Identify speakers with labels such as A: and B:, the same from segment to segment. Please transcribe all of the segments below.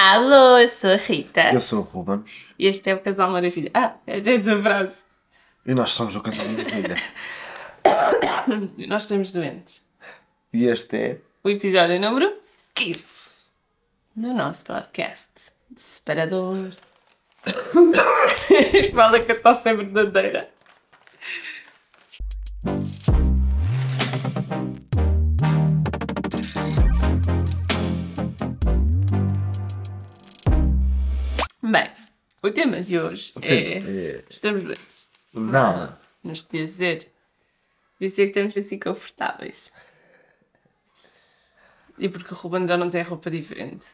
A: Alô, eu sou a Rita.
B: Eu sou o Rubens
A: E este é o Casal Maravilha. Ah, esta é a tua frase.
B: e nós somos o Casal Maravilha.
A: Nós estamos doentes.
B: e este é.
A: O episódio número 15 do nosso podcast. Separador. Fala que a tosse é verdadeira. Bem, o tema de hoje é.
B: é...
A: Estamos doentes.
B: Não,
A: Mas podia dizer. Por isso é que estamos assim confortáveis. E porque o Ruben já não tem roupa diferente.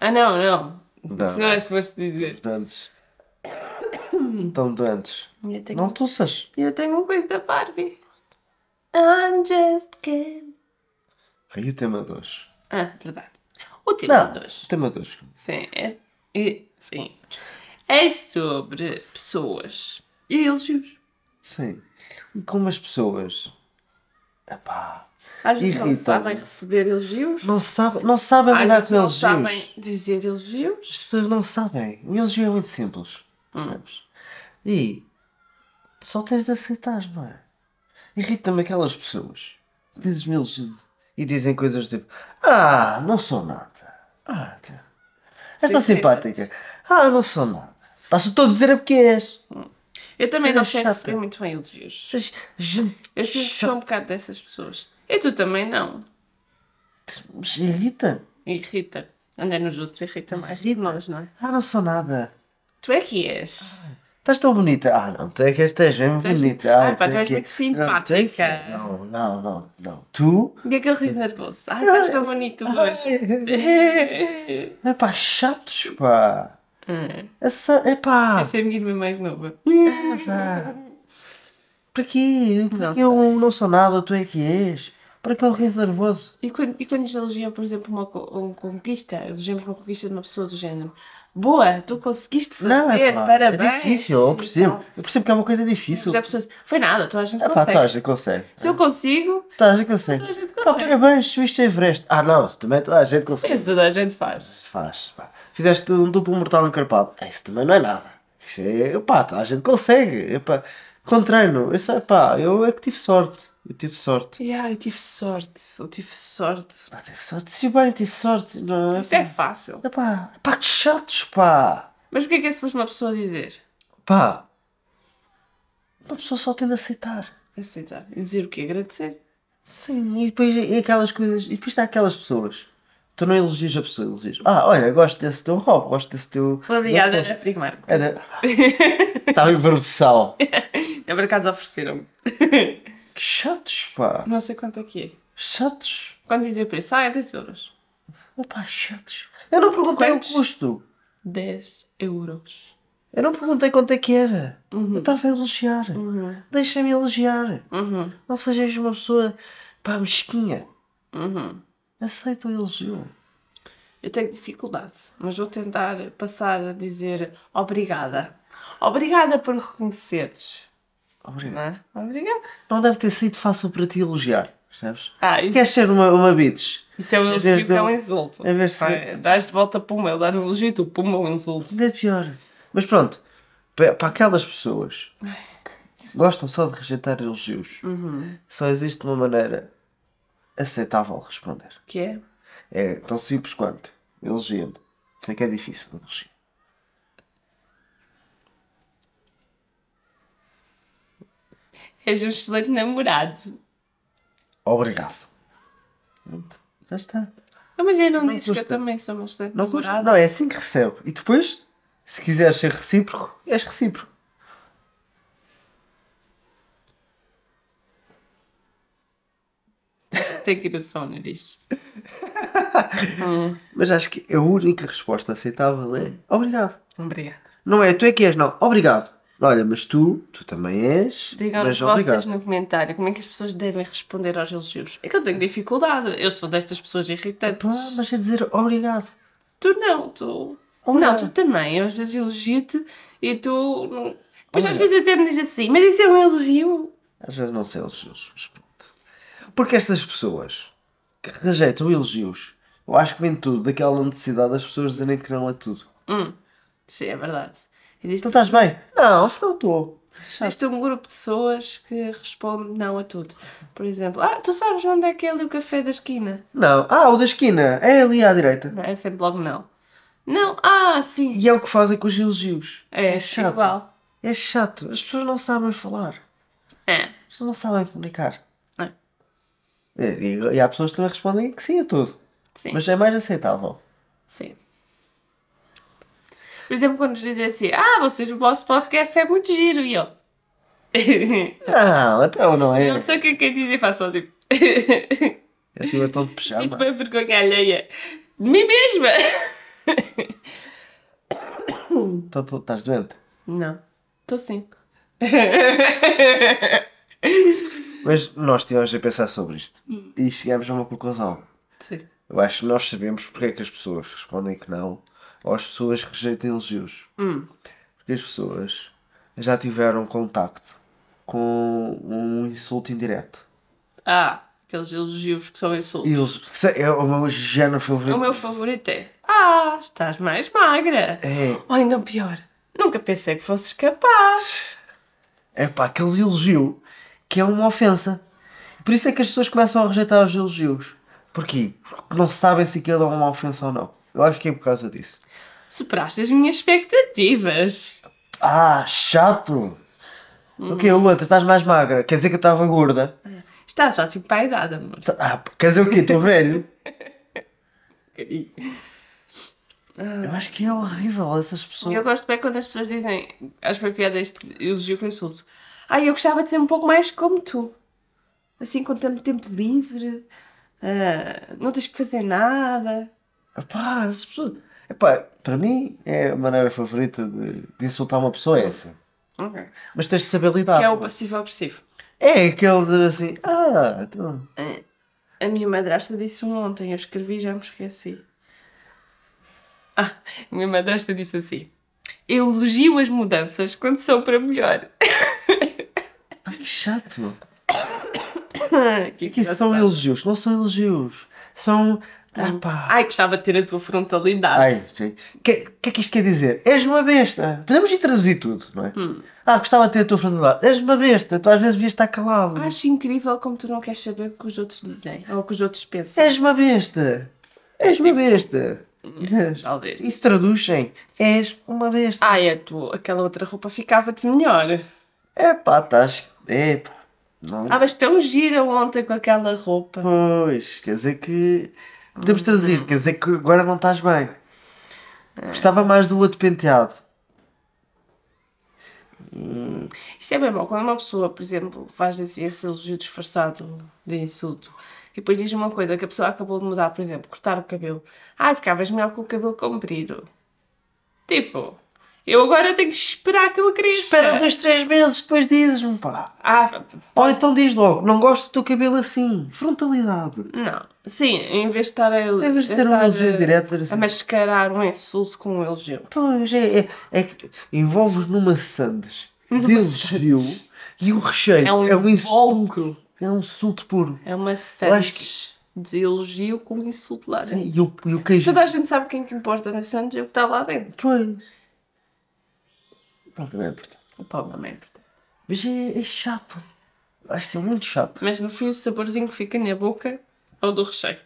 A: Ah, não, não.
B: Não.
A: Isso não é suposto dizer.
B: doentes. Estão doentes.
A: Eu tenho,
B: Não tussas.
A: eu tenho um coisa da Barbie. I'm just kidding.
B: E o tema 2?
A: Ah, verdade. O tema de
B: O
A: hoje.
B: tema 2.
A: Sim, é, é- sim. É sobre pessoas e elogios.
B: Sim. E como as pessoas. Epá.
A: Às vezes não
B: Irritam-me.
A: sabem receber elogios.
B: Não, sabe, não sabem
A: Às
B: lidar
A: vezes
B: com
A: não
B: elogios.
A: sabem dizer elogios.
B: As pessoas não sabem. O elogio é muito simples.
A: Hum.
B: Percebes? E. Só tens de aceitar, não é? Irrita-me aquelas pessoas. que Dizes-me elogio e dizem coisas tipo: Ah, não sou nada. Ah, tu- és tão
A: Sim,
B: simpática. Ah, não sou nada. Passo todo a dizer é porque és.
A: Eu também
B: Seja
A: não sei
B: chata.
A: receber muito bem elogios.
B: Vocês, gente,
A: Eu sinto que sou um bocado dessas pessoas. E tu também não.
B: mas irrita.
A: Irrita. Andar nos outros irrita mais de nós, não é?
B: Ah, não Ah. sou nada.
A: Tu é que és.
B: Estás tão bonita. Ah, não, tu é que és, tu és mesmo
A: Tu és-
B: bonita. "Ah,
A: Ai, pá,
B: tu
A: tu és
B: que-
A: muito
B: Não, tu é que-
A: simpática.
B: Não, não, não, não. Tu
A: E aquele riso nervoso. Ai, estás tão bonito hoje.
B: É pá, chatos, pá.
A: Hum,
B: Essa, é pá.
A: Essa é a minha irmã mais nova.
B: Para quê?
A: Não
B: Para que eu não sou nada, tu é que és? Para que eu riso nervoso?
A: E quando, e quando nos elogiam, por exemplo, uma, co- uma conquista, elogiamos uma conquista de uma pessoa do género. Boa, tu conseguiste fazer,
B: Não, é pá.
A: parabéns.
B: É difícil, eu percebo.
A: Então,
B: Eu percebo que é uma coisa difícil.
A: Já pessoas, foi nada, toda a gente
B: É pá,
A: consegue.
B: tá, já consegue.
A: Se eu consigo,
B: Tá, já consegue.
A: Toda a gente
B: Pá,
A: consegue.
B: parabéns, subiste a Everest. Ah, não, se também toda a gente consegue.
A: isso toda a gente faz.
B: Se faz, pá. Fizeste um duplo mortal encarpado. Ah, Isso também não é nada. Isso é, pá, toda a gente consegue. É pá, com treino. Isso é pá, eu é que tive sorte. Eu tive sorte.
A: E ai, tive sorte, eu tive sorte.
B: Pá, tive sorte, se bem, tive sorte, não é?
A: Isso é fácil.
B: Epá, epá, que chatos, pá!
A: Mas o que é que é suposto uma pessoa dizer?
B: Pá! Uma pessoa só tem de aceitar.
A: Aceitar. E dizer o quê? Agradecer?
B: Sim, e depois e aquelas coisas. E depois está aquelas pessoas. Tu não elogias a pessoa, elogias. Ah, olha, gosto desse teu roubo, gosto desse teu.
A: Obrigada,
B: da-
A: era Primark.
B: Era. Estava improvisal.
A: É por acaso ofereceram-me.
B: Que chatos, pá!
A: Não sei quanto é que é.
B: Chatos!
A: Quando dizer o preço, ah, é 10 euros.
B: Epá, chatos! Eu não perguntei
A: Quantos?
B: o custo!
A: 10 euros.
B: Eu não perguntei quanto é que era! Eu
A: Uhum.
B: estava a elogiar!
A: Uhum.
B: Deixa-me elogiar!
A: Uhum.
B: Não sejas uma pessoa, pá, mesquinha!
A: Uhum.
B: Aceita o elogio!
A: Eu tenho dificuldade, mas vou tentar passar a dizer obrigada. Obrigada por reconheceres. Não
B: Obrigado.
A: é? Obrigada.
B: Não deve ter sido fácil para ti elogiar, percebes?
A: Ah, isso,
B: Queres ser uma, uma bitch?
A: isso é um
B: Dizes
A: elogio que é um
B: de-
A: insulto.
B: Em vez de
A: Ah,
B: ser.
A: é, Dás de volta para o meu, dar um elogio e tu puma um insulto.
B: Ainda é pior. Mas pronto, pa- para aquelas pessoas que gostam só de rejeitar elogios,
A: Uhum.
B: só existe uma maneira aceitável de responder.
A: Que é?
B: É tão simples quanto elogia-me. Sei que é difícil elogiar.
A: És um excelente namorado.
B: Obrigado. Pronto, Já está.
A: Ah, Mas eu não,
B: Não
A: disse que eu
B: custa.
A: também sou uma excelente
B: Não
A: namorada.
B: custa. Não, é assim que recebe. E depois, se quiseres ser recíproco, és recíproco.
A: Acho que tem que ir a só o nariz.
B: Mas acho que a única resposta aceitável é obrigado.
A: Obrigado.
B: Não é tu é que és, não. Obrigado. Olha, mas tu, tu também és.
A: Digam-nos
B: mas
A: vocês
B: obrigado.
A: no comentário como é que as pessoas devem responder aos elogios. É que eu tenho dificuldade. Eu sou destas pessoas irritantes.
B: Pá, mas é dizer obrigado.
A: Tu não, tu. Não,
B: Obrigado.
A: tu também. Eu às vezes elogio-te e tu. não- Mas às
B: Olha.
A: vezes até me diz assim, mas isso é um elogio.
B: Às vezes não sei elogios, mas pronto. Porque estas pessoas que rejeitam elogios Eu acho que vem tudo daquela necessidade das pessoas dizerem que não a tudo.
A: Hum, sim, é verdade.
B: Então
A: Existe,
B: estás bem? Não, afinal estou.
A: existe um grupo de pessoas que responde não a tudo. Por exemplo, ah, tu sabes onde é que é ali o café da esquina?
B: Não. Ah, o da esquina. É ali à direita.
A: Não, é sempre logo não. Não, ah, sim.
B: E é o que fazem com os elogios.
A: É,
B: chato.
A: igual.
B: É chato. As pessoas não sabem falar.
A: É.
B: As pessoas não sabem comunicar.
A: É.
B: É, E, e há pessoas que também respondem que sim a tudo.
A: Sim,
B: Mas é mais aceitável.
A: sim. Por exemplo, quando nos dizem assim, ah, vocês, o vosso podcast é muito giro, e eu.
B: Não, então não é.
A: Não sei o que é que é dizer, faço assim. Sinto
B: É assim o batom de pijama.
A: bem vergonha alheia. De mim mesma!
B: Então tu estás doente.
A: Não, estou sim.
B: Mas nós estivemos a pensar sobre isto.
A: Hum.
B: E chegámos a uma conclusão.
A: Sim.
B: Eu acho que nós sabemos porque é que as pessoas respondem que não ou as pessoas rejeitam elogios.
A: Hum.
B: Porque as pessoas já tiveram contacto com um insulto indireto.
A: Ah, aqueles elogios que são insultos.
B: E eles, que se- é o meu género favorito.
A: O meu favorito é: Ah, estás mais magra.
B: É,
A: Ou ainda pior, nunca pensei que fosses capaz.
B: é pá, aqueles elogios que é uma ofensa. Por isso é que as pessoas começam a rejeitar os elogios. Porquê? Porque não sabem se aquilo é uma ofensa ou não. Eu acho que é por causa disso.
A: Superaste as minhas expectativas.
B: Ah, chato!
A: Hum.
B: O que é o outro? Estás mais magra? Quer dizer que eu estava gorda?
A: Estás ótimo para a idade, amor.
B: Tá- Ah, pá, quer dizer o quê? Estou velho? Eu acho que é horrível essas pessoas.
A: Eu gosto bem quando as pessoas dizem, acho bem piada este elogio que eu insulto. Ai, eu gostava de ser um pouco mais como tu. Assim, com tanto tempo livre, ah, não tens que fazer nada.
B: Epá, Ah, essas pessoas. Epá, para mim é a maneira favorita de, de insultar uma pessoa é essa. Mas tens de saber lidar.
A: Que é o passivo-agressivo.
B: É aquele dizer assim, ah, então.
A: A minha madrasta disse um ontem, eu escrevi e já me esqueci. Ah, a minha madrasta disse assim: elogio as mudanças quando são para melhor.
B: Ai, que chato.
A: Ah, que
B: Que isso são elogios, não são elogios. São. Epá.
A: Ai, gostava de ter a tua frontalidade.
B: Ai, sim. O que, que é que isto quer dizer? És uma besta. Podemos ir traduzir tudo, não é?
A: Hum.
B: Ah, gostava de ter a tua frontalidade. És uma besta. Tu às vezes devias estar calado.
A: Acho incrível como tu não queres saber o que os outros dizem ou o que os outros pensam.
B: És uma besta. És
A: Tipo,
B: uma besta. Vês?
A: Talvez.
B: Isso traduzem. És uma besta.
A: Ai, a tua, aquela outra roupa ficava-te melhor.
B: Epá, estás. Epá. Não.
A: Ah, mas tão gira ontem com aquela roupa.
B: Pois, quer dizer que.
A: Hum.
B: Podemos trazer, quer dizer que agora não estás bem.
A: É.
B: Gostava mais do outro penteado.
A: Isso é bem bom. Quando uma pessoa, por exemplo, faz esse, esse elogio disfarçado de insulto e depois diz uma coisa que a pessoa acabou de mudar, por exemplo, cortar o cabelo. Ai, ficavas melhor com o cabelo comprido. Tipo, eu agora tenho que esperar que ele cresça.
B: Espera dois, três meses, depois dizes-me, pá.
A: Ah,
B: Ou então diz logo, não gosto do teu cabelo assim. Frontalidade.
A: não. Sim, em vez de estar a,
B: Em vez de ter um
A: a estar,
B: elogio
A: eh,
B: direto, dizer
A: a
B: assim.
A: mascarar um insulto com um elogio.
B: Pois, é, é, é que envolves numa sandes de elogio e o recheio
A: É um,
B: é um insulto,
A: invólucro.
B: é um insulto puro.
A: É uma
B: Eu acho
A: sandes de elogio com um insulto lá dentro.
B: E o, e o queijo.
A: Toda a gente sabe quem que importa na Santos é o que está lá dentro.
B: Pois. Pronto, não é importante.
A: O pão também é importante.
B: Mas é, é chato. Acho que é muito chato.
A: Mas no fim o saborzinho que fica na boca é o do recheio.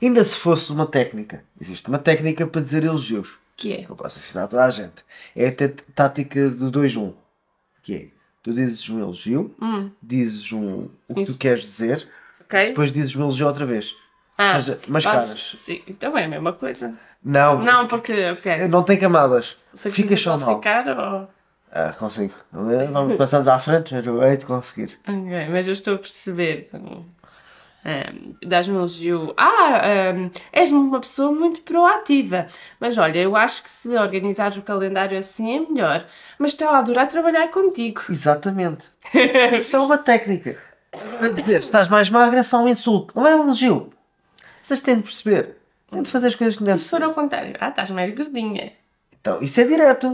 B: Ainda se fosse uma técnica. Existe uma técnica para dizer elogios.
A: Que é?
B: que eu posso ensinar a toda a gente. É a tét- tática do 2-1. Que é, tu dizes um elogio,
A: Hum,
B: dizes um, o que
A: Isso.
B: tu queres dizer,
A: ok?
B: depois dizes um elogio outra vez.
A: ah,
B: Ou seja, mascaras.
A: fazes- Sim, então é a mesma coisa.
B: Não,
A: Não, porque, ok.
B: não tem camadas.
A: Se a
B: Fica
A: coisa
B: só
A: pode
B: mal.
A: ficar ou...
B: Ah, consigo. Vamos passando à frente, mas eu hei de conseguir.
A: Ok, mas eu estou a perceber. como, ehm, Dás-me um elogio. Ah, ehm, és uma pessoa muito proativa. Mas olha, eu acho que se organizares o calendário assim é melhor. Mas estou a adorar trabalhar contigo.
B: Exatamente. Isso é uma técnica. A dizer, estás mais magra é só um insulto. Não é um elogio. Vocês têm de perceber. Têm de fazer as coisas que devem
A: Se for ao contrário, ah, estás mais gordinha.
B: Então, isso é direto.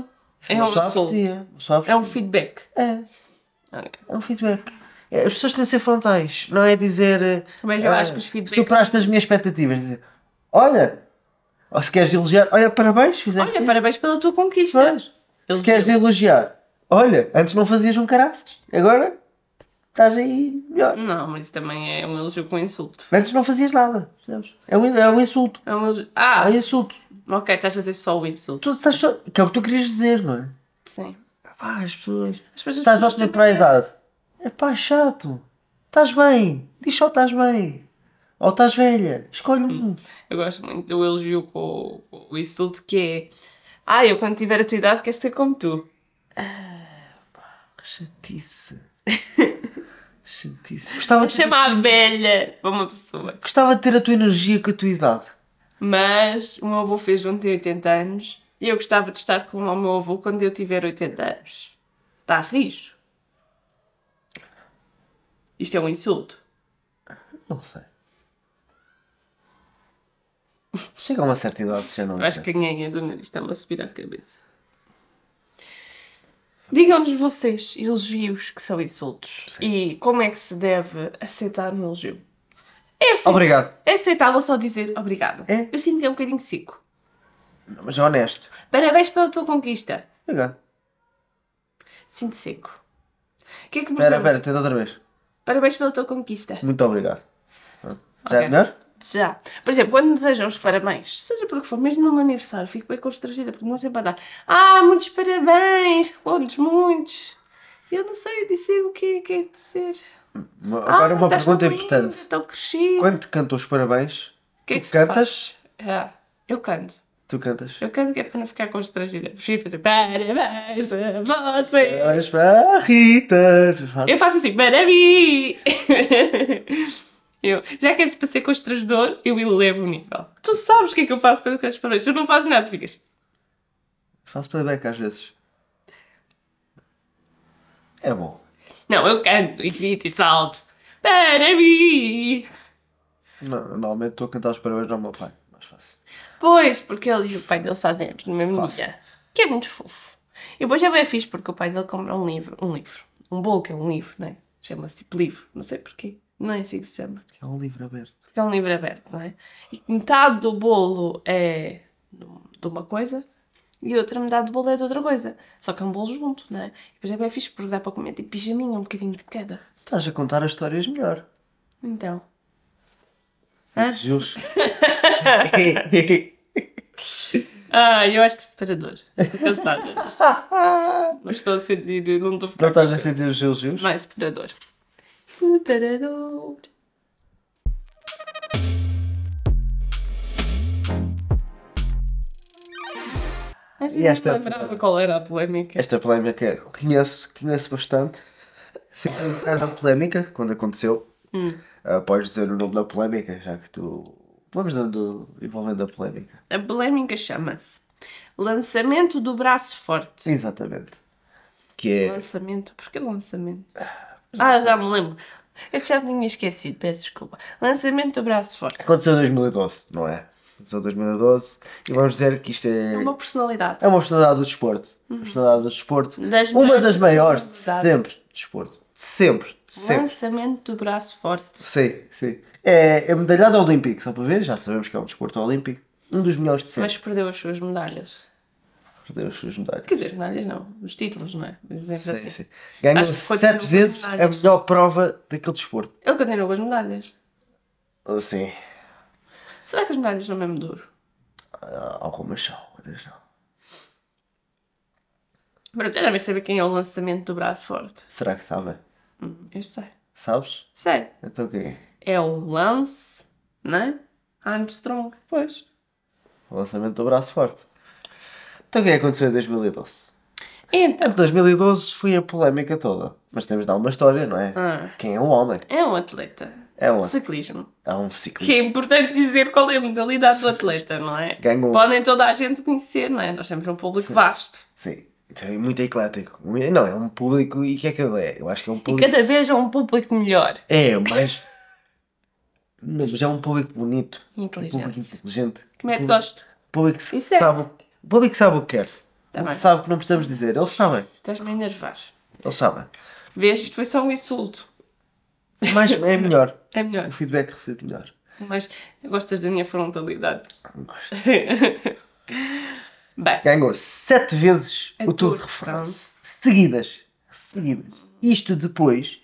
A: um É um insulto.
B: Só
A: É um feedback.
B: É.
A: Ok.
B: É um feedback. É, As pessoas têm de ser frontais, não é dizer. eh,
A: Mas eu
B: ah,
A: acho que os feedbacks-
B: Superaste as minhas expectativas. Dizer, olha, ou se queres elogiar, olha, parabéns, fizeste
A: Olha,
B: isto.
A: parabéns é. pela tua conquista.
B: Pois. Se queres elogiar, olha, antes não fazias um caraças, agora estás aí melhor.
A: Não, mas isso também é um elogio com insulto.
B: Antes não fazias nada, percebes? É um, é um insulto.
A: É um elogio...
B: É
A: Ah,
B: um insulto.
A: ok, estás a dizer só o insulto.
B: Tu estás só. Que é o que tu querias dizer, não é?
A: Sim.
B: Pá, as pessoas.
A: As pessoas-
B: Estás nós ter para a idade. É pá, chato. Estás bem. Diz só estás bem. Ou estás velha. Escolhe um.
A: Eu gosto muito do elogio com o- o insulto que é. Ah, eu quando tiver a tua idade quero ser como tu.
B: Chatice. Chatice. Gostava de, ter,
A: Chama a velha para uma pessoa.
B: gostava de ter a tua energia com a tua idade.
A: Mas o meu avô fez ontem 80 anos e eu gostava de estar com o meu avô quando eu tiver 80 anos. Está rijo. Isto é um insulto.
B: Não sei. Chega a uma certa idade, já não
A: Eu acho
B: é.
A: que a ganha do nariz está-me a subir à cabeça. Digam-nos vocês elogios que são insultos e como é que se deve aceitar um elogio. É assim,
B: Obrigado.
A: É aceitável só dizer obrigada.
B: É.
A: Eu sinto que é um bocadinho seco.
B: Não, Mas é honesto.
A: Parabéns pela tua conquista.
B: Obrigado.
A: Sinto seco. O que é que me
B: Espera,
A: sabe?
B: espera, tenta outra vez.
A: Parabéns pela tua conquista.
B: Muito obrigado. Pronto. Já
A: Ok.
B: é melhor?
A: Já. Por exemplo, quando me desejam os parabéns, seja por que for, mesmo no meu aniversário, fico bem constrangida porque não sei para dar. Ah, muitos parabéns, quantos, muitos. Eu não sei dizer o que é que é dizer.
B: Uma- Agora
A: Ah,
B: uma
A: estás
B: pergunta
A: tão lindo,
B: importante.
A: Tão crescido.
B: Quando te cantam os parabéns,
A: O que é
B: tu
A: que se
B: cantas?
A: faz? Ah, eu canto.
B: Tu cantas.
A: Eu canto que é para não ficar constrangida. Prefiro fazer parabéns a você.
B: Parabéns para a Rita.
A: Eu faço assim, para mim! eu, já que é para ser constrangedor, eu elevo o nível. Tu sabes o que é que eu faço quando queres parabéns. Tu não fazes nada, tu ficas.
B: Faço playback às vezes. É bom.
A: Não, eu canto e grito e salto. Para mim!
B: Não, normalmente estou a cantar os parabéns ao meu pai. Mais fácil.
A: Pois, porque ele e o pai dele fazem anos no mesmo
B: Fácil.
A: dia. Que é muito fofo. E depois é bem fixe porque o pai dele compra um livro. Um livro. Um bolo que é um livro, não é? Chama-se tipo livro. Não sei porquê. Não é assim que se chama.
B: É um livro aberto.
A: Porque é um livro aberto, não é? E que metade do bolo é de uma coisa e outra metade do bolo é de outra coisa. Só que é um bolo junto, não é? E depois é bem fixe porque dá para comer tipo pijaminha, um bocadinho de cada.
B: Estás a contar as histórias melhor.
A: Então. Hã?
B: Elogios.
A: Ah, eu acho que separador. Estou cansada. Não estou a sentir, não estou a
B: Não
A: ficar.
B: estás a sentir os elogios?
A: Mais separador. Separador. Acho que
B: E
A: não
B: esta é
A: me
B: a
A: lembrava
B: separada.
A: qual era a polémica.
B: Esta polémica eu conheço, conheço bastante. Sempre um bocado a polémica quando aconteceu.
A: Hum.
B: Ah, podes dizer o nome da polémica, já que tu. Vamos dando. envolvendo a polémica.
A: A polémica chama-se Lançamento do Braço Forte.
B: Exatamente. Que é.
A: Lançamento? Porquê lançamento? Ah, já me lembro. Este já me tinha esquecido, peço desculpa. Lançamento do Braço Forte.
B: Aconteceu em 2012, não é? Aconteceu em 2012 e vamos dizer que isto é,
A: É uma personalidade.
B: é uma personalidade do desporto. Uma personalidade do desporto.
A: Das
B: uma
A: melhores
B: das maiores de
A: personalidades.
B: sempre. de Desporto. Sempre. Sempre.
A: Lançamento do Braço Forte.
B: Sim, sim. É, é medalhado olímpico, só para ver, já sabemos que é um desporto olímpico. Um dos melhores de sempre.
A: Mas perdeu as suas medalhas.
B: Perdeu as suas medalhas.
A: Quer dizer, as medalhas não, os títulos, não é? Dizemos
B: Sim,
A: assim.
B: sim. Ganhou
A: Acho que foi
B: sete
A: tudo
B: vezes a
A: medalhas.
B: melhor prova daquele desporto.
A: Ele continua com as medalhas.
B: Ah, Sim.
A: Será que as medalhas são mesmo duro?
B: Ah, Algumas são, outras não.
A: Pronto, eu também saber quem é o lançamento do braço forte.
B: Será que sabem?
A: Hum, eu sei.
B: Sabes?
A: Sei.
B: Então quem é?
A: É o Lance, não é? Armstrong.
B: Pois. O lançamento do braço forte. Então o que é que aconteceu em 2012?
A: Então.
B: Em 2012 foi a polémica toda. Mas temos de dar uma história, não é?
A: ah,
B: Quem é o homem?
A: é um atleta.
B: É um,
A: de Ciclismo.
B: é um
A: Que é
B: ciclista.
A: importante dizer qual é a modalidade do atleta, não é?
B: Ganhou.
A: Podem toda a gente conhecer, não é? Nós temos um público vasto.
B: Sim. Então é muito eclético. Mu- Não, é um público. E o que é que ele é? Eu acho que é um
A: E
B: público.
A: cada vez é um público melhor.
B: É, mas. Mas é um público bonito. Um público
A: Inteligente. é
B: inteligente.
A: Que mete gosto.
B: Público que
A: Isso é.
B: sabe, o- público que sabe o que quer.
A: Tá
B: O que
A: bem.
B: sabe o que não precisamos dizer. Eles sabem.
A: Estás-me a enervar.
B: Eles sabem.
A: Vês? Isto foi só um insulto.
B: Mas é melhor.
A: É
B: O
A: melhor.
B: feedback recebe melhor.
A: Mas gostas da minha frontalidade.
B: Gosto.
A: Bem,
B: Ganhou sete vezes
A: A
B: o Tour de France. Seguidas. Seguidas. Isto depois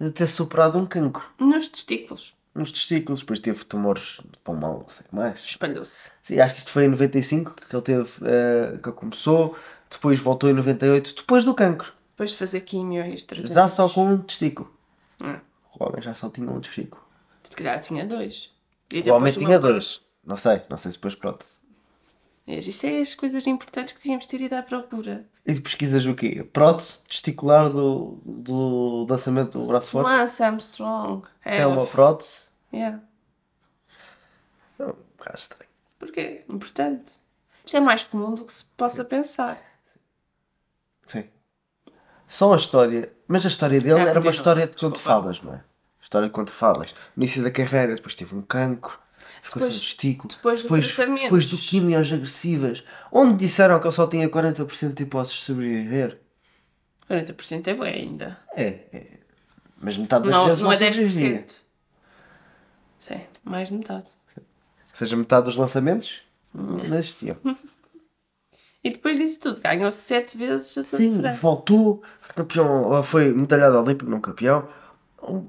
B: de ter superado um cancro
A: nos testículos.
B: nos testículos, depois teve tumores de pulmão, não sei o que mais.
A: Espalhou-se.
B: Sim, acho que isto foi em 95 que ele teve, eh, que ele começou, depois voltou em 98, depois do cancro.
A: Depois de fazer quimio e estrogênios.
B: Já só com um testículo.
A: Hum.
B: O homem já só tinha um testículo.
A: Se calhar tinha dois. E
B: O homem
A: depois uma
B: tinha
A: coisa.
B: dois. Não sei, não sei se depois pronto.
A: Vês, Isto é as coisas importantes que tínhamos de ter ido à procura.
B: E tu pesquisas o quê? Prótese testicular do, do lançamento do braço forte?
A: Lance Armstrong. É,
B: Tem uma prótese?
A: yeah. É
B: Não, um bocado estranho.
A: Porque é importante. Isto é mais comum do que se possa pensar.
B: Sim. Só a história. Mas a história dele
A: Ah,
B: era uma
A: continua.
B: história de conto
A: Desculpa.
B: falas, não é? História de conto falas. No início da carreira, depois teve um cancro, ficou
A: Depois-
B: sem testículo.
A: depois do
B: depois,
A: tratamento.
B: depois do quimios agressivas, onde disseram que ele só tinha 40% de hipóteses de sobreviver.
A: 40% é bem ainda.
B: É, é. Mas metade das
A: Não,
B: vezes
A: não
B: não
A: é
B: sobrevivia.
A: 10%. Sim, mais de metade.
B: Ou seja, metade dos lançamentos
A: Hum.
B: não existiam.
A: E depois disso tudo, ganhou 7 vezes a Tour de
B: Sim,
A: France.
B: voltou, campeão, ou foi medalhado olímpico, não campeão,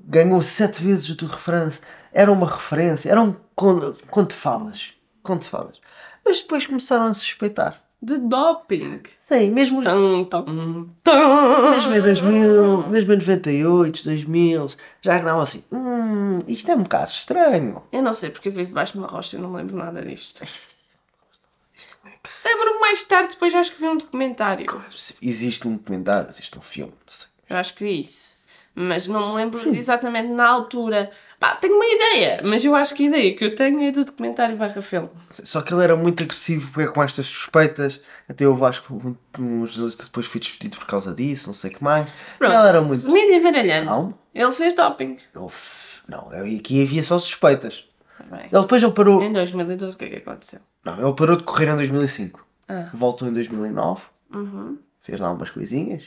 B: ganhou sete vezes o Tour de France, era uma referência, era um con- conto de falas, conto de falas. Mas depois começaram a suspeitar.
A: De doping.
B: Sim, mesmo,
A: Tum, tum, tum.
B: mesmo em 2000, mesmo em 98, 2000, já que não assim, hum, isto é um bocado estranho.
A: Eu não sei porque eu vivo debaixo de uma rocha e não me lembro nada disto. Lembro-me mais tarde, depois acho que vi um documentário.
B: Existe um documentário, existe um filme, não sei.
A: Eu acho que vi isso. Mas não me lembro exatamente na altura. Pá, tenho uma ideia, mas eu acho que a ideia que eu tenho é do documentário barra filme.
B: Só que ele era muito agressivo porque é com estas suspeitas. Até eu acho que um, um jornalista depois foi despedido por causa disso, não sei o que mais.
A: Pronto.
B: Ela era muito.
A: Mídia Varalhano.
B: Não,
A: Ele fez doping.
B: eu f- não, eu- aqui havia só suspeitas.
A: Tá bem.
B: Ele depois ele parou.
A: Em 2012, o que é que aconteceu?
B: Não, ele parou de correr em 2005.
A: Ah.
B: Voltou em 2009,
A: Uhum.
B: fez lá umas coisinhas.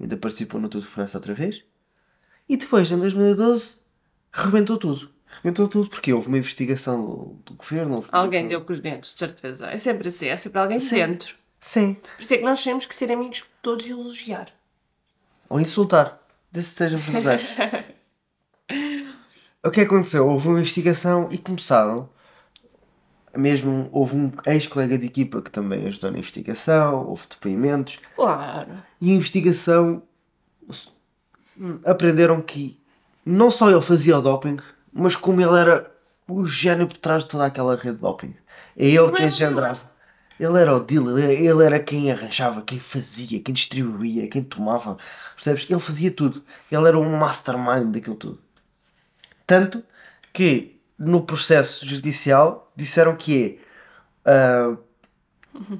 B: Ainda participou no Tour de França outra vez. E depois, em 2012, rebentou tudo. Rebentou tudo porque houve uma investigação do, do governo. houve-
A: Alguém deu com os dentes, de certeza. É sempre assim, é sempre alguém dentro.
B: Sim.
A: Por isso é que nós temos que ser amigos de todos e elogiar.
B: Ou insultar. Desde que sejam verdadeiros. o que aconteceu? Houve uma investigação e começaram. Mesmo houve um ex-colega de equipa que também ajudou na investigação, houve depoimentos.
A: Claro.
B: E a investigação s- aprenderam que não só ele fazia o doping, mas como ele era o gênio por trás de toda aquela rede de doping. É ele que
A: era
B: engendrava. Ele era o dealer, ele- ele era quem arranjava, quem fazia, quem distribuía, quem tomava. Percebes? Ele fazia tudo. Ele era um mastermind daquilo tudo. Tanto que no processo judicial disseram que é ah,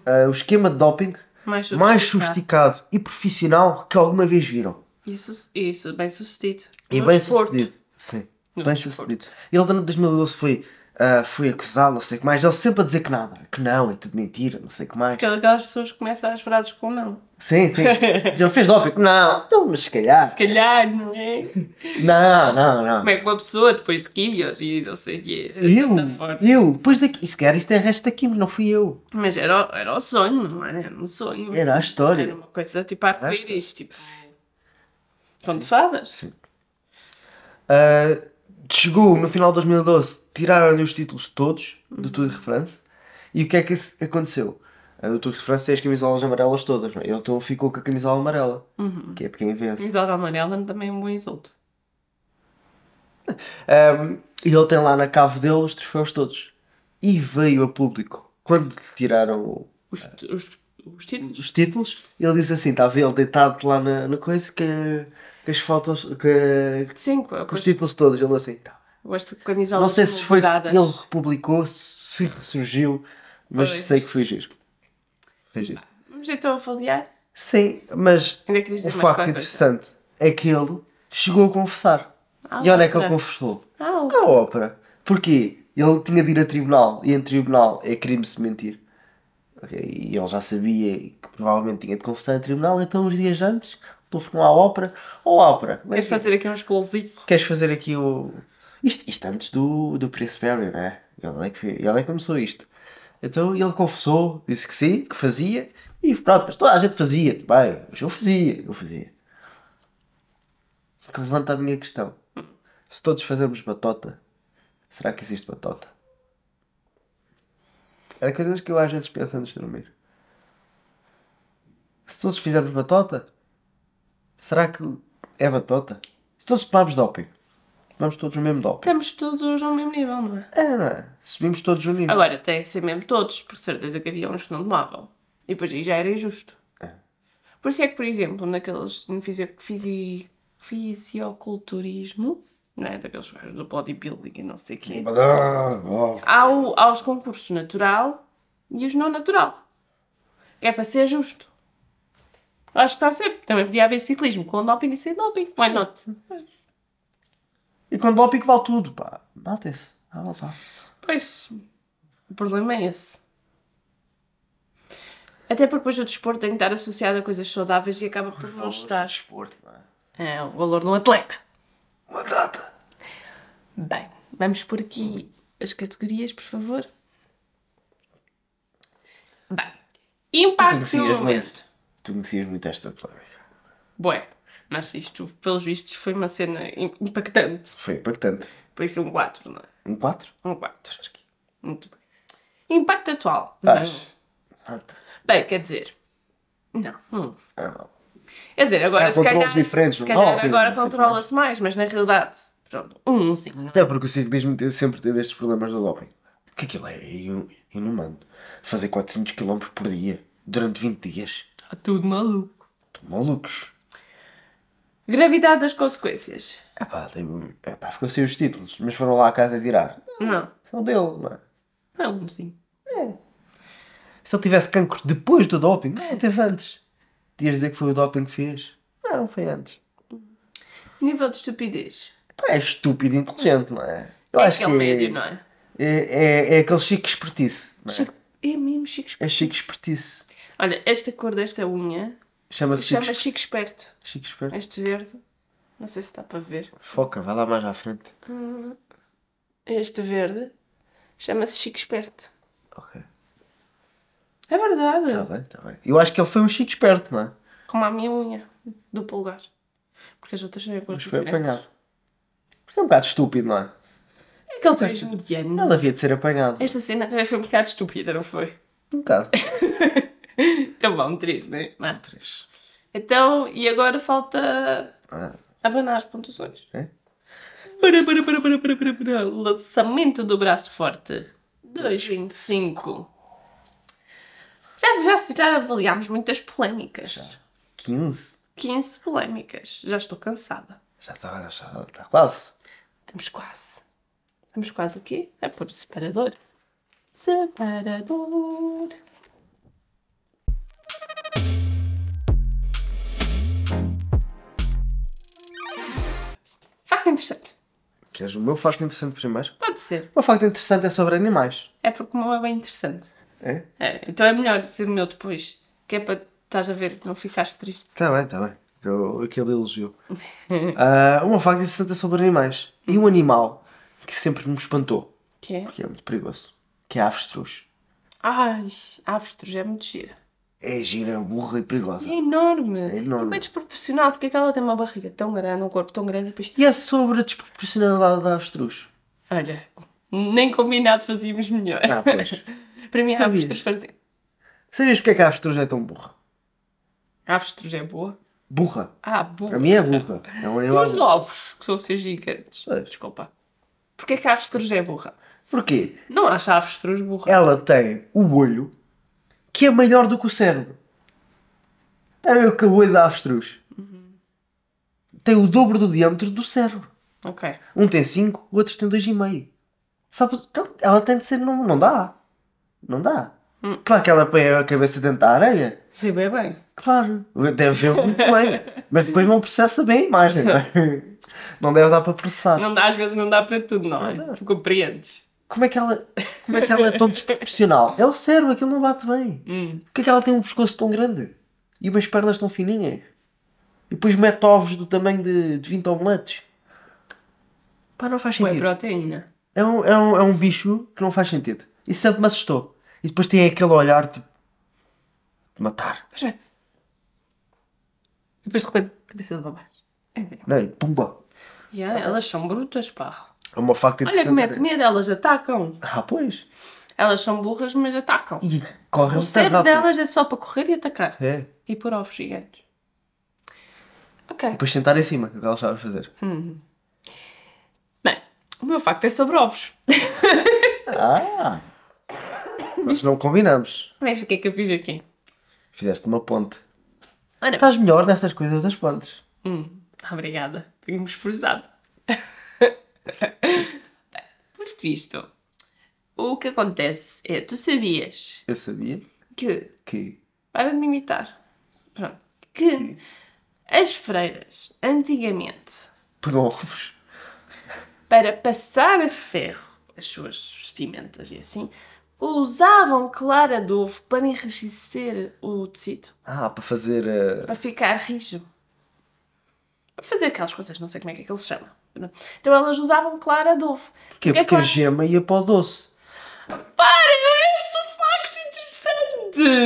B: ah, o esquema de doping
A: Mais sofisticado.
B: mais sofisticado e profissional que alguma vez viram.
A: Isso, isso, bem sucedido.
B: E
A: No
B: bem
A: desporto.
B: sucedido. Sim.
A: No
B: bem
A: desporto.
B: sucedido. Ele durante 2012 foi, ah, foi acusado, não sei o que mais. Ele sempre a dizer que nada, que não, é tudo mentira, não sei o que mais.
A: Aquela- Aquelas pessoas que começam as frases com não.
B: Sim, sim. Diziam, fez doping. Não, então, mas se calhar.
A: Se calhar, não é?
B: Não, não, não.
A: Como é que uma pessoa depois de químios e não sei o quê. isso é
B: Eu,
A: tanta forma.
B: eu, depois daqui, se calhar isto é resto daqui, mas não fui eu.
A: Mas era, o- era o sonho, não era? Era um sonho.
B: Era a
A: Era
B: história.
A: uma coisa tipo arco-íris, tipo. Conto de fadas.
B: Sim. Ah, chegou no final de 2012, tiraram-lhe os títulos todos do Tour de France. E o que é que ac- aconteceu? Ah, o Tour de France tem as camisolas amarelas todas, não é? Ele então ficou com a camisola amarela,
A: Uhum.
B: que é de quem vence.
A: Amizade amarela também é um bom insulto.
B: Ahm, Ah, e ele tem lá na cave dele os troféus todos. E veio a público. Quando lhe tiraram o-
A: Os, os, os títulos.
B: os títulos, ele diz assim: estava ele deitado lá na, na coisa, que, que as fotos, que,
A: De cinco. Eu
B: que os
A: gosto,
B: títulos todos. Ele assim, tá.
A: gosto de camisolas
B: Não sei se foi.
A: douradas.
B: Ele republicou, se ressurgiu, mas
A: Pois.
B: sei que foi giro. Foi giro.
A: Vamos então avaliar.
B: Sim, mas
A: Ainda querias
B: o
A: dizer mais
B: facto
A: qualquer coisa.
B: interessante é que ele chegou a confessar.
A: Ah,
B: e onde é que ele
A: outra.
B: confessou?
A: Ah,
B: Na ópera. Porquê? Ele tinha de ir a tribunal e em tribunal é crime se mentir. Ok, E ele já sabia que provavelmente tinha de confessar em tribunal, então uns dias antes telefonou à ópera. é Ó ópera,
A: Queres fazer aqui um uns close
B: queres fazer aqui o. Isto, isto antes do, do Prince Barry, não é? Ele é, que, ele é que começou isto. Então ele confessou, disse que sim, que fazia, e pronto, mas toda a gente fazia também. Mas eu fazia, eu fazia. Que levanta a minha questão. Se todos fazermos batota, será que existe batota? É coisas que eu às vezes penso antes de dormir. Se todos fizermos batota, será que é batota? Se todos tomarmos doping, tomamos todos o mesmo doping.
A: Estamos todos ao mesmo nível, não é?
B: É, não é? Subimos todos o nível.
A: Agora, tem que ser mesmo todos, por certeza que havia uns que não tomavam. E depois aí já era injusto. Por isso é que, por exemplo, naqueles no fisio- fisi- fisioculturismo, não é? Daqueles gajos do bodybuilding e não sei o quê, há, o, há os concursos natural e os não natural. Que é para ser justo. Acho que está certo. Também podia haver ciclismo com doping e sem doping. Why not?
B: E quando doping vale tudo, pá. Maltem-se. Ah, vale, vale.
A: Pois, o problema é esse. Até porque depois o desporto tem que estar associado a coisas saudáveis e acaba por não estar.
B: Desporto, não é?
A: É, o valor de um atleta.
B: Uma data.
A: Bem, vamos por aqui as categorias, por favor. Bem, impacto no
B: Conhecias
A: momento.
B: muito. Tu conhecias muito esta polémica.
A: Bué, mas isto, pelos vistos, foi uma cena im- impactante.
B: Foi impactante.
A: Por isso um 4, não é?
B: Um 4?
A: Um 4. é. Muito bem. Impacto atual.
B: Estás.
A: Bem, quer dizer... Não, não.
B: Ah,
A: Quer dizer, agora
B: Há
A: se calhar,
B: controles diferentes,
A: se
B: não
A: calhar
B: há?
A: agora
B: Não sei
A: controla-se mais, mas na realidade, pronto, um, um sim. não.
B: Até porque o ciclismo teve- sempre teve estes problemas do doping. Porque aquilo é inu- inumano. Fazer 400 km por dia durante 20 dias.
A: Está Tá tudo maluco.
B: Estão malucos.
A: Gravidade das consequências.
B: Epá, tem... Epá, ficou sem os títulos, mas foram lá à casa tirar.
A: Não,
B: São dele, não é?
A: é um sim.
B: Se ele tivesse cancro depois do doping, não teve antes. Tinhas de dizer que foi o doping que fez? Não, foi antes.
A: Nível de estupidez.
B: Pá, é estúpido e inteligente, não é? Eu
A: é
B: acho
A: aquele
B: que
A: médio, não é?
B: É, é, é aquele chique espertice. não é?
A: Chico- É mesmo Chico
B: É
A: Esperto.
B: chique espertice.
A: Olha, esta cor desta unha
B: Chama-se chique,
A: chama Chico Esperto.
B: Esp- chique esperto.
A: Este verde, não sei se está para ver.
B: Foca, vai lá mais à frente.
A: Este verde chama-se Chico Esperto.
B: Ok.
A: É verdade.
B: Está Tá bem, está bem. Eu acho que ele foi um chique esperto, não é?
A: Como a minha unha do polegar. Porque as outras são em cores
B: Mas foi
A: diferentes.
B: apanhado. Isto é um bocado estúpido, não é?
A: É Aquele três mediano.
B: Ele havia de ser apanhado.
A: Esta cena também foi um bocado estúpida, não foi?
B: Um bocado.
A: Então vá, um 3, não é? Vá, 3. Então, e agora falta
B: Ah,
A: abanar as pontuações.
B: É?
A: Para, para, para, para, para, para, para. Lançamento do braço forte. 2,25. Já, já, já avaliámos muitas polémicas.
B: 15?
A: 15 polémicas. Já estou cansada.
B: Já está, já está quase.
A: Estamos quase. Estamos quase o quê? A pôr o separador. Separador. Facto interessante.
B: Queres o meu facto interessante primeiro?
A: Pode ser.
B: O meu facto interessante é sobre animais.
A: É porque o meu é bem interessante.
B: É?
A: É, então é melhor dizer o meu depois. Que é para estás a ver que não ficaste triste.
B: Está Tá bem, está bem. Eu, aquele elogio. Ah, o meu facto interessante é sobre animais. E um animal que sempre me espantou,
A: Que é?
B: porque é muito perigoso, que é a avestruz.
A: Ai, a avestruz é muito gira.
B: É gira, burra e perigosa.
A: É enorme.
B: É enorme.
A: E bem desproporcional, porque é que ela tem uma barriga tão grande, um corpo tão grande, e depois
B: E é sobre a desproporcionalidade da avestruz.
A: Olha, nem combinado fazíamos melhor.
B: Ah, pois.
A: Para mim, a
B: Sabias?
A: avestruz fazia.
B: Sabias porque é que a avestruz é tão burra?
A: A avestruz é boa?
B: Burra.
A: Ah,
B: Para
A: boa.
B: mim é burra. É um
A: E
B: animal
A: os
B: burro.
A: ovos, que são seus gigantes?
B: Pois.
A: Desculpa. Porquê que a avestruz é burra?
B: Porquê?
A: Não acha a avestruz burra?
B: Ela tem o olho que é maior do que o cérebro. É o que o olho da avestruz. Tem o dobro do diâmetro do cérebro.
A: Ok.
B: Um tem 5, o outro tem 2,5. Sabe? Então, ela tem de ser. Não, não dá. Não dá.
A: Hum.
B: Claro que ela põe a cabeça dentro da areia.
A: Vê bem bem.
B: Claro. Deve ver muito bem. Mas depois não processa bem a imagem. não é? Não deve dar para processar.
A: Não dá, às vezes não dá para tudo, não é? Tu compreendes?
B: Como é que ela. Como é que ela é tão desproporcional? É o cérebro, aquilo não bate bem.
A: Hum.
B: Porquê é que ela tem um pescoço tão grande? E umas pernas tão fininhas? E depois mete ovos do tamanho de, de 20 omeletes? Pá, não faz
A: Ué,
B: sentido.
A: proteína.
B: É um, é, um, é um bicho que não faz sentido. E sempre me assustou. E depois tem aquele olhar tipo. de Matar.
A: Mas é. E depois de repente, cabeça de babás. É bem.
B: Não, e pumba.
A: Yeah, elas são brutas, pá.
B: É uma facta
A: Olha que mete
B: interessante.
A: medo, elas atacam.
B: Ah, pois.
A: Elas são burras, mas atacam.
B: E corre
A: O
B: muito
A: cérebro
B: rápido.
A: delas é só para correr e atacar.
B: É. E
A: E pôr ovos gigantes. Ok.
B: depois sentar em cima, que é o que elas sabem fazer.
A: Bem, o meu facto é sobre ovos.
B: Ah! Mas não combinamos.
A: Veja o que é que eu fiz aqui.
B: Fizeste uma ponte.
A: Ora,
B: Estás melhor nestas coisas das pontes.
A: Hum, obrigada. Tenho-me esforçado. Bem, Posto isto, o que acontece é, tu sabias
B: Eu sabia
A: que,
B: que.
A: para de me imitar, pronto, que
B: Sim.
A: as freiras, antigamente,
B: Pegam ovos.
A: para passar a ferro as suas vestimentas e assim, usavam clara de ovo para enriquecer o tecido,
B: Ah, para fazer. eh,
A: para ficar rijo. Para fazer aquelas coisas, não sei como é que, é que eles chamam. Pronto. Então elas usavam clara de ovo.
B: Porquê? Porque a
A: clara-
B: é gema ia para o doce.
A: Para, não é esse um facto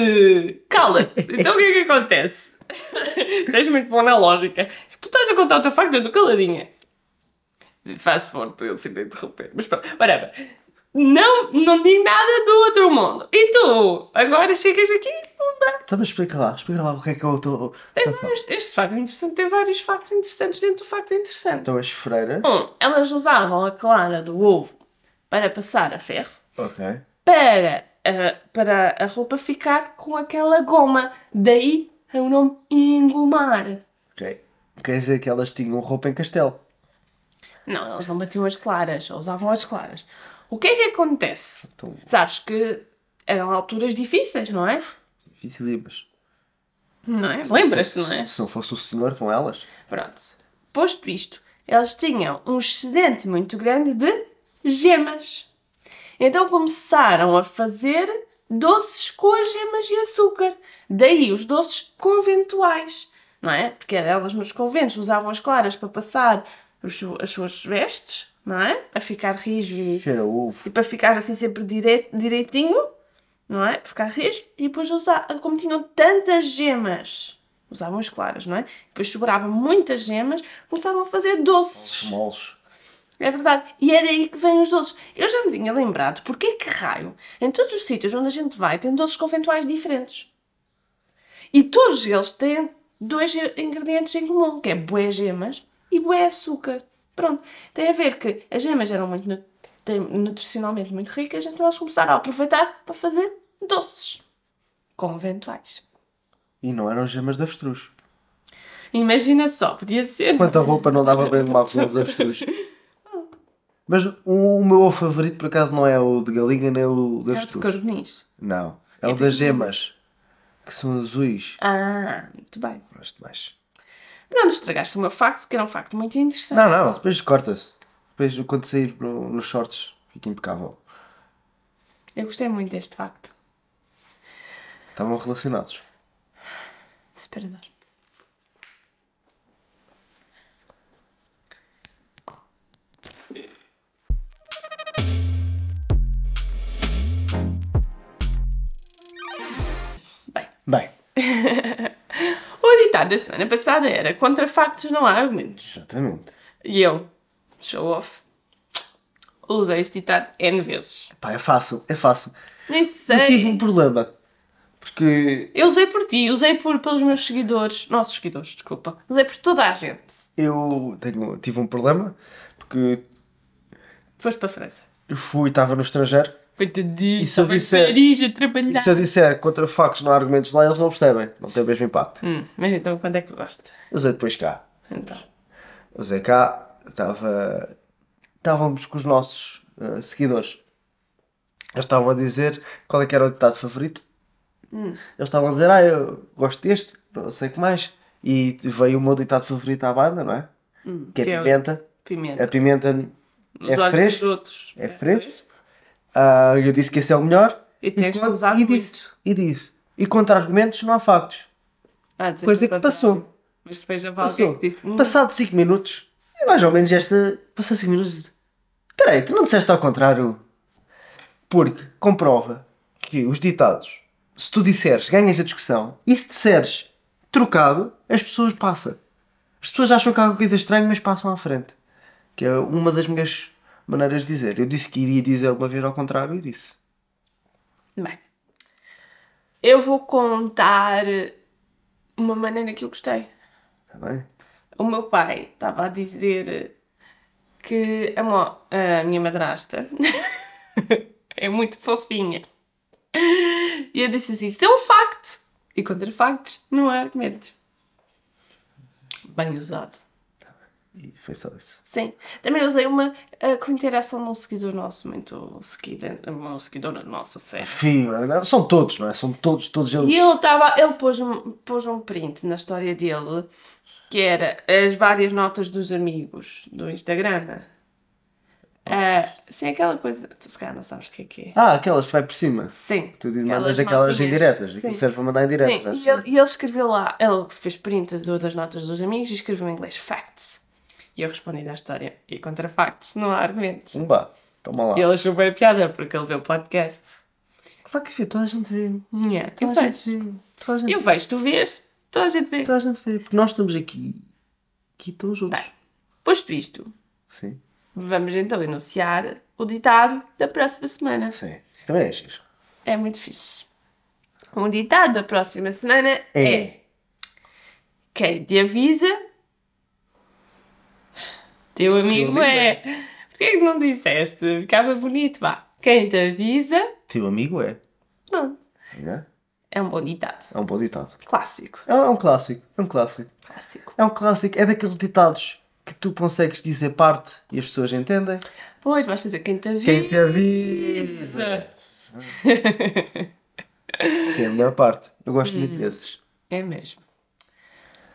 A: interessante! Cala-te! Então o que é que acontece? Estás muito bom na lógica. Tu estás a contar o teu facto, eu estou caladinha. Faço favor para ele sempre interromper, mas pronto, whatever. Não, não digo nada do outro mundo. E tu? Agora chegas aqui "Hum, pumba.
B: Então, mas explica lá, explica lá o Então, que é que eu estou.
A: Tem vários- Este facto é interessante tem vários factos interessantes dentro do facto interessante.
B: Então, as freiras.
A: Um, elas usavam a clara do ovo para passar a ferro.
B: Ok.
A: para, ah, para a roupa ficar com aquela goma. Daí é o nome engomar.
B: Ok. Quer dizer que elas tinham roupa em castelo.
A: Não, elas não batiam as claras, só usavam as claras. O que é que acontece?
B: Então,
A: Sabes que eram alturas difíceis, não é?
B: difícil, mas.
A: Não é? Lembras-te, não é?
B: Se não fosse o senhor com elas.
A: Pronto. Posto isto, elas tinham um excedente muito grande de gemas. Então começaram a fazer doces com as gemas e açúcar. Daí os doces conventuais, não é? Porque elas nos conventos usavam as claras para passar os su- as suas vestes, não é? Para ficar rijo e,
B: Cheira a ovo.
A: e para ficar assim sempre direi- direitinho, não é? Para ficar rijo. E depois usavam, como tinham tantas gemas, usavam as claras, não é? Depois sobravam muitas gemas, começavam a fazer doces.
B: Moles.
A: É verdade. E é daí que vêm os doces. Eu já me tinha lembrado porque é que raio, em todos os sítios onde a gente vai, tem doces conventuais diferentes. E todos eles têm dois ingredientes em comum, que é bué gemas e bué açúcar. Pronto. Tem a ver que as gemas eram muito nu- têm- nutricionalmente muito ricas, então eles começaram a aproveitar para fazer doces conventuais.
B: E não eram gemas de avestruz.
A: Imagina só, podia ser.
B: Quanta roupa não dava para engomar com ovos de avestruz. Mas o, o meu ovo favorito, por acaso, não é o de galinha nem
A: É
B: o de
A: o de
B: avestruz.
A: cordoniz.
B: Não. É
A: É
B: o
A: de
B: das
A: galinha.
B: gemas. Que são azuis.
A: Ah, muito bem.
B: Gosto mais.
A: Pronto, estragaste o meu facto, que era um facto muito interessante.
B: Não, não. Depois corta-se. Depois, quando sair no- nos shorts, fica impecável.
A: Eu gostei muito deste facto.
B: Estavam relacionados.
A: Separador.
B: Bem.
A: O ditado da semana passada era contra factos não há argumentos.
B: Exatamente.
A: E eu, show off, usei este ditado N vezes.
B: Pá, é fácil, é fácil.
A: Nem
B: Eu tive um
A: sei.
B: problema. Porque
A: Eu usei por ti, usei por, pelos meus seguidores. Nossos seguidores, desculpa. Usei por toda a gente.
B: eu tenho, tive um problema. Porque
A: Foste para a França.
B: eu fui, estava no estrangeiro.
A: Coitadinho,
B: E se eu
A: estava em
B: disser-
A: Paris a
B: E
A: trabalhar.
B: se eu disser contra factos não há argumentos lá, eles não percebem. Não tem o mesmo impacto.
A: Hum, mas então quando é que usaste?
B: Eu usei depois cá.
A: Então.
B: Eu usei cá, estava. Estávamos com os nossos eh, seguidores. Eles estavam a dizer qual é que era o ditado favorito.
A: Hum.
B: Eles estavam a dizer, ah, eu gosto deste, não sei o que mais. E veio o meu ditado favorito à banda, não é? que é
A: que é o-
B: pimenta.
A: Pimenta.
B: A pimenta
A: Nos
B: é
A: olhos
B: fresco.
A: dos outros.
B: É fresco. Ah, eu disse que esse é o melhor.
A: E tens de
B: quando-
A: usar
B: e
A: muito.
B: disse, e disse. E contra argumentos não há factos.
A: Ah, disseste
B: Coisa
A: o
B: que
A: contrário.
B: passou.
A: Mas depois já vale o que é
B: Passou.
A: que disse. Hum,
B: Passado 5 minutos, E mais ou menos esta. Passou 5 minutos. e disse, Peraí, tu não disseste ao contrário? Porque comprova que os ditados, se tu disseres, ganhas a discussão, e se disseres trocado, as pessoas passam. As pessoas acham que há alguma coisa estranha, mas passam à frente. Que é uma das minhas maneiras de dizer. Eu disse que iria dizer uma vez ao contrário e disse.
A: Bem, eu vou contar eh, uma maneira que eu gostei.
B: Está "Tá bem?
A: O meu pai estava a dizer eh, que a, mo- a minha madrasta é muito fofinha. E eu disse assim: isso é um facto. E contra factos não há argumentos. Bem usado.
B: E foi só isso.
A: Sim. Também usei uma eh, com interação de um seguidor nosso, muito seguida, uma seguidora nossa, sério.
B: Enfim, não- são todos, não é? São todos, todos eles.
A: E ele estava, ele pôs um, pôs um print na história dele que era as várias notas dos amigos do Instagram. Ah, sim, aquela coisa. Tu se calhar não sabes o que é que é.
B: Ah, aquelas que vai por cima.
A: Sim.
B: Tu assim.
A: Aquelas
B: mandas aquelas
A: notinhas.
B: indiretas.
A: Sim.
B: Aquilo serve para mandar
A: Sim,
B: indiretas.
A: e ele, e ele escreveu lá, ele fez print de outras notas dos amigos e escreveu em inglês facts. E eu respondi à história. E contra factos, não há argumentos.
B: Pumba, toma lá.
A: E ele achou bem piada porque ele vê o podcast.
B: Claro que vi, toda a gente vê.
A: Yeah, eu,
B: Toda a
A: vejo.
B: gente vê. Toda a gente
A: eu vejo, tu vês? Toda a gente vê.
B: Toda a gente vê. Porque nós estamos aqui. Aqui estão juntos.
A: Bem, posto isto,
B: Sim.
A: Vamos então enunciar o ditado da próxima semana.
B: Sim. Também é giro.
A: É muito fixe. O ditado da próxima semana é, quem te avisa, teu amigo,
B: amigo
A: é.
B: é.
A: Porquê é que não disseste? Ficava bonito, vá. Quem te avisa,
B: Teu amigo é.
A: pronto.
B: Não é?
A: É um bom ditado.
B: É um bom ditado.
A: Clássico.
B: É é um clássico. É um clássico.
A: Clássico.
B: É um clássico. É daqueles ditados que tu consegues dizer parte e as pessoas entendem.
A: Pois, basta dizer quem te avisa.
B: Quem te avisa. Que é a melhor parte. Eu gosto muito desses.
A: É mesmo.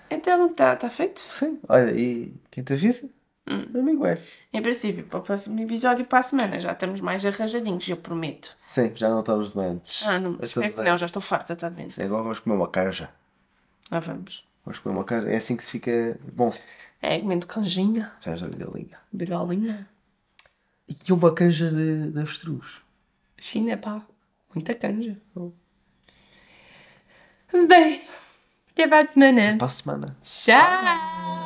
A: Então, está tá feito?
B: Sim. Olha, e quem te avisa?
A: Hum.
B: Teu amigo é.
A: Em princípio, para o próximo episódio, para a semana, já estamos mais arranjadinhos, eu prometo.
B: Sim, já não estamos doentes.
A: Ah, não,
B: Mas
A: espero
B: tudo
A: que
B: bem.
A: não, já estou farta, está bem.
B: Sim, agora vamos comer uma canja.
A: Lá vamos.
B: Vamos comer uma canja. É assim que se fica bom.
A: É, comendo canjinha,
B: Canja de galinha.
A: de galinha,
B: E uma canja de, de avestruz.
A: China, pá, muita canja. Bem, até para a semana.
B: Para a semana.
A: Tchau!